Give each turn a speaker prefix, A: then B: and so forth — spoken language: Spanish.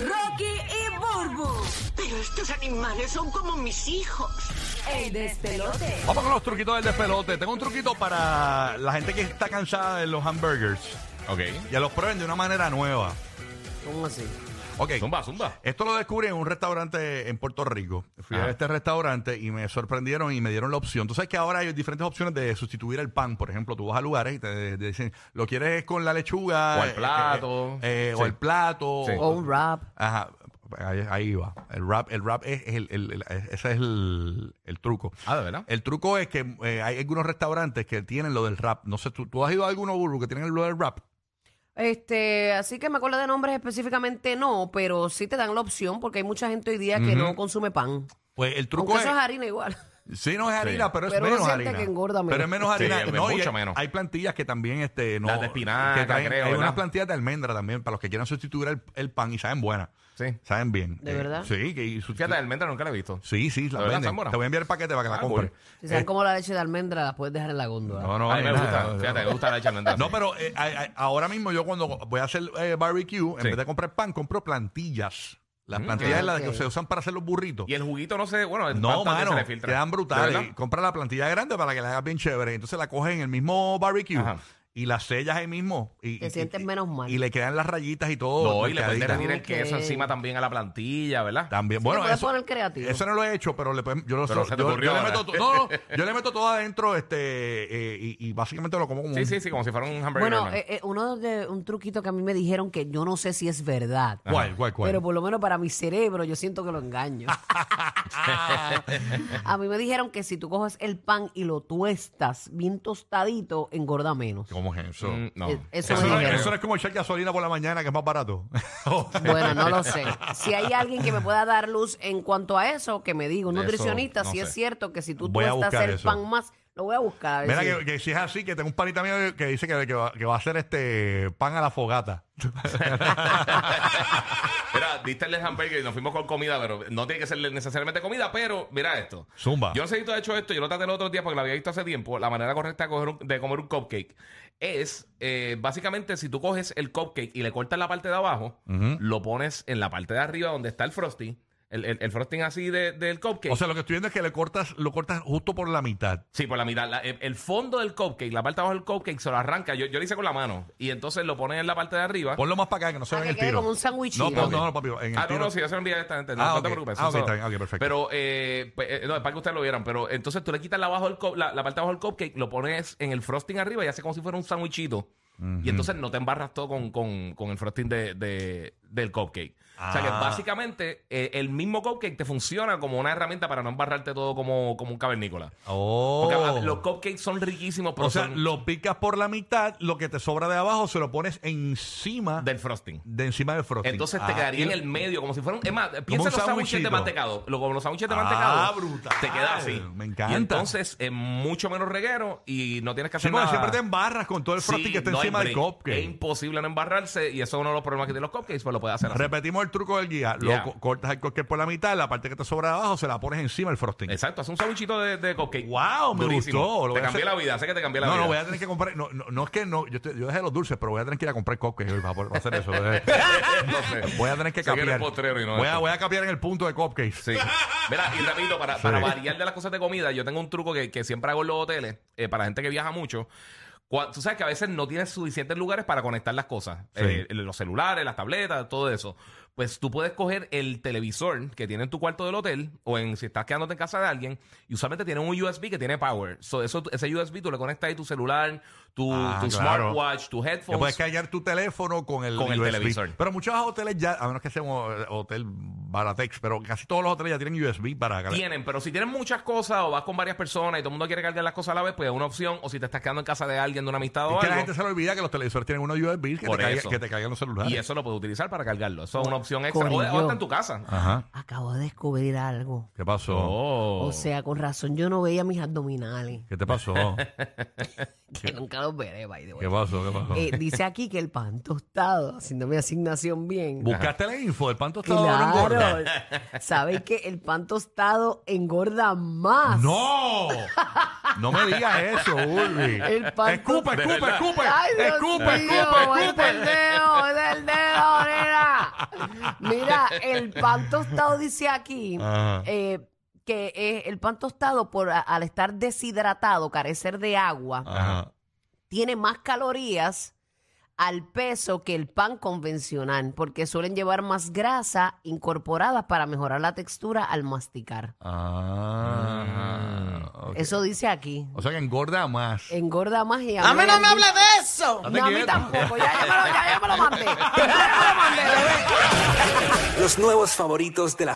A: Rocky y Burbu.
B: Pero estos animales son como mis hijos.
A: El despelote.
C: Vamos con los truquitos del despelote. Tengo un truquito para la gente que está cansada de los hamburgers.
D: Ok.
C: Ya los prueben de una manera nueva.
E: ¿Cómo así?
C: Ok.
D: Zumba, zumba.
C: Esto lo descubrí en un restaurante en Puerto Rico. Fui a
D: Ajá.
C: este restaurante y me sorprendieron y me dieron la opción. Tú sabes que ahora hay diferentes opciones de sustituir el pan. Por ejemplo, tú vas a lugares y te, te dicen, ¿lo quieres con la lechuga?
D: O al plato.
C: Eh, eh, eh, O
D: Sí.
C: el plato.
D: Sí.
E: O un rap.
C: Ajá, ahí, ahí va. El rap, el rap es, es el, el- el- ese es el, el truco.
D: Ah, ¿de verdad?
C: El truco es que eh, hay algunos restaurantes que tienen lo del rap. No sé, ¿tú, tú has ido a alguno, Burbu, que tienen lo del rap?
E: Este, así que me acuerdo de nombres específicamente no, pero sí te dan la opción porque hay mucha gente hoy día que no consume pan.
C: Pues el truco
E: Aunque eso es
C: es...
E: harina igual.
C: Sí, no es harina,
D: Sí.
C: pero es
E: Pero uno
C: menos
E: siente que
C: harina.
E: engorda menos.
C: Pero es menos
D: Sí,
C: harina.
D: es
C: no, y
D: mucho
C: hay,
D: menos.
C: hay plantillas que también... Este, no,
D: Las de espinaca,
C: que
D: creo,
C: Hay unas
D: ¿verdad?
C: plantillas de almendra también, para los que quieran sustituir el, el pan y saben buenas.
D: Sí.
C: Saben bien.
E: ¿De
C: Eh,
E: verdad?
C: Sí, que... y
D: Fíjate,
C: sustitu-
D: almendra nunca la he visto.
C: Sí, sí, la
D: ¿De verdad,
C: venden.
D: están buenas?
C: Te voy a enviar el paquete para que la
D: Ah,
C: compres.
D: cool.
E: Si saben como la leche de almendra, la puedes dejar en la góndola.
C: Este No, no,
D: a mí me
C: hay nada.
D: gusta. Fíjate, me gusta la leche de almendra.
C: No,
D: sí.
C: pero eh, a- a- ahora mismo yo cuando voy a hacer eh, barbecue, en
D: Sí.
C: vez de comprar pan, compro plantillas. Las
D: Mm.
C: plantillas es las que
E: Ok.
C: se usan para hacer los burritos.
D: Y el juguito no sé, bueno, el
C: No,
D: pan también
C: mano,
D: se le filtra.
C: quedan
D: ¿De
C: brutales.
D: verdad?
C: Compra la plantilla grande para que la hagas bien chévere. Entonces la coges en el mismo barbecue
D: Ajá.
C: y las sellas ahí mismo. Y,
E: Te
C: y-
E: sientes
C: y-
E: menos mal.
C: Y le quedan las rayitas y todo.
D: No, y le puedes
C: marcaditas.
D: derretir el
E: Ok.
D: queso encima también a la plantilla, ¿verdad?
C: También,
E: Sí, le
C: bueno,
E: puedes
C: eso,
E: poner creativo.
C: eso no lo he hecho, pero le pueden- yo, lo
D: Pero se te
C: yo- yo
D: ocurrió
C: le
D: ahora.
C: meto, to- no, no, yo le meto todo adentro este, eh, y, y básicamente lo como como
D: Sí,
C: un-
D: sí, sí, como si fuera un hamburger.
E: Bueno,
D: hermano.
E: eh, eh, uno de un truquito que a mí me dijeron que yo no sé si es verdad.
C: ¿Cuál, Ah, cuál, cuál?
E: Pero por lo menos para mi cerebro yo siento que lo engaño. a mí me dijeron que si tú coges el pan y lo tuestas bien tostadito, engorda menos.
C: ¿Cómo es eso?
D: Mm, no.
E: eh, eso
C: Eso,
E: me
C: no,
E: dijeron.
C: eso no es como echar gasolina por la mañana, que es más barato. Oh,
E: Bueno, no lo sé. Si hay alguien que me pueda dar luz en cuanto a eso, que me diga un
D: Eso,
E: nutricionista,
D: no
E: si
D: sé.
E: es cierto que si tú
C: Voy a
E: tuestas
C: buscar
E: el
C: eso.
E: pan más, lo voy a buscar. a ver
C: Mira,
E: si-
C: que, que si es así, que tengo un panita mío que dice que, que va, que va a hacer este pan a la fogata.
D: Mira, diste el hamburger y nos fuimos con comida, pero no tiene que ser necesariamente comida, pero mira esto.
C: Zumba.
D: Yo no sé si tú has hecho esto, yo lo traté el otro día porque lo había visto hace tiempo. La manera correcta de, coger un- de comer un cupcake es, eh, básicamente, si tú coges el cupcake y le cortas la parte de abajo, lo pones en la parte de arriba donde está el frosting, el, el- el frosting así de- del cupcake.
C: O sea, lo que estoy viendo es que le cortas, lo cortas justo por la mitad.
D: Sí, por la mitad. La- el, el fondo del cupcake, la parte de abajo del cupcake, se lo arranca. Yo, yo lo hice con la mano. Y entonces lo pones en la parte de arriba.
C: Ponlo más para acá, que no se
E: Ah,
C: ve en
E: que
C: el
E: quede
C: tiro.
E: como un sándwichito.
C: No, no,
E: Ok.
C: no, no, papi. En el
D: Ah, no,
C: tiro-
D: no, sí, ya se lo envié directamente. No,
C: Ah,
D: no te
C: ok.
D: preocupes.
C: Ah, ok,
D: eso-
C: está bien. Ok, perfecto.
D: Pero, eh, pues, eh, no, es para que ustedes lo vieran. Pero entonces tú le quitas la, abajo del cup- la, la parte de abajo del cupcake, lo pones en el frosting arriba y hace como si fuera un sándwichito. Y entonces no te embarras todo con, con- con el frosting de, de- del cupcake. O sea que
C: Ah.
D: básicamente eh, el mismo cupcake te funciona como una herramienta para no embarrarte todo como, como un cavernícola.
C: Oh.
D: Porque ah, los cupcakes son riquísimos, pero
C: o sea,
D: son
C: lo picas por la mitad, lo que te sobra de abajo se lo pones encima
D: del frosting.
C: de encima del frosting.
D: Entonces
C: Ah,
D: te quedaría en
C: y-
D: el medio, como si fueran. Es más, piensa
C: un
D: en los sándwiches de
C: sándwichito.
D: mantecado. Lo, como los sándwiches de
C: Ah,
D: mantecado.
C: brutal.
D: Te queda así.
C: Me encanta.
D: Y entonces es mucho menos reguero y no tienes que
C: Sí,
D: hacer
C: porque
D: nada.
C: siempre te embarras con todo el frosting
D: Sí,
C: que está
D: no hay
C: encima del
D: break. Es
C: cupcake.
D: imposible no embarrarse y eso es uno de los problemas que tienen los cupcakes, pues lo puedes hacer así.
C: Repetimos el truco del guía. Lo
D: Yeah.
C: co- cortas el cupcake por la mitad, la parte que te sobra de abajo se la pones encima del frosting.
D: Exacto, haz un sándwichito de, de cupcake.
C: Wow, me
D: Durísimo.
C: gustó. Lo voy
D: Te
C: a
D: cambié
C: hacer.
D: la vida, sé que te cambié la
C: No,
D: vida.
C: no, voy a tener que comprar. No, no, no es que no. Yo, estoy- yo dejé los dulces, pero voy a tener que ir a comprar cupcakes hoy para poder hacer eso.
D: No sé.
C: Voy a tener que
D: Sé que eres
C: capear.
D: postrero y no
C: voy, a,
D: esto.
C: voy a capear en el punto de cupcakes.
D: Sí. Mira, y rapidito, para, para variar de las cosas de comida, yo tengo un truco que, que siempre hago en los hoteles, eh, para gente que viaja mucho. Cua- tú sabes que a veces no tienes suficientes lugares para conectar las cosas.
C: Sí.
D: Eh, los celulares, las tabletas, todo eso. Pues tú puedes coger el televisor que tiene en tu cuarto del hotel o en si estás quedándote en casa de alguien y usualmente tiene un USB que tiene power. So, eso, ese USB tú le conectas ahí tu celular, tu,
C: Ah,
D: tu
C: claro.
D: smartwatch, tu
C: Que puedes
D: headphones.
C: cargar tu teléfono con el,
D: Con el
C: USB.
D: televisor.
C: Pero muchos hoteles ya, a menos que sea un eh, hotel Baratex, pero casi todos los hoteles ya tienen USB para cargar.
D: Tienen, pero si tienes muchas cosas o vas con varias personas y todo el mundo quiere cargar las cosas a la vez, pues es una opción. O si te estás quedando en casa de alguien, de una amistad o
C: Es que la
D: algo.
C: gente se le olvida que los televisores tienen unos USB que, te
D: Por
C: cargan,
D: eso.
C: que te cargan los celulares.
D: Y eso lo puedes utilizar para cargarlo. Eso es una opción extra. O,
E: Corillo.
D: o está en tu casa.
C: Ajá.
E: Acabo de descubrir algo.
C: ¿Qué pasó?
D: Oh.
E: O sea, con razón yo no veía mis abdominales.
C: ¿Qué te pasó?
E: Que nunca los veré, by the way.
C: ¿Qué pasó? ¿Qué pasó?
E: Eh, dice aquí que el pan tostado, haciendo mi asignación bien.
C: ¿Buscaste la info del pan tostado no engorda?
E: Claro. ¿Sabéis que el pan tostado engorda más?
C: ¡No! No me digas eso, Urbi.
E: El pan-
C: Escupe, escupe, escupe.
E: Ay, Dios
C: escupe,
E: mío,
C: escupe,
E: es
C: escupe.
E: el dedo, es el dedo, nena. Mira, el pan tostado dice aquí
C: Ajá.
E: eh, que eh, el pan tostado, por, a- al estar deshidratado, carecer de agua,
C: Ajá.
E: tiene más calorías al peso que el pan convencional, porque suelen llevar más grasa incorporada para mejorar la textura al masticar.
C: Ah, ok.
E: Eso dice aquí.
C: O sea que engorda más.
E: Engorda más y
F: A mí no
E: hablan-
F: me habla de eso.
E: No, a mí
C: quieto.
E: tampoco. Ya, ya me lo, ya, ya me lo mandé. Ya, ya me lo mandé, bebé.
G: Los nuevos favoritos de la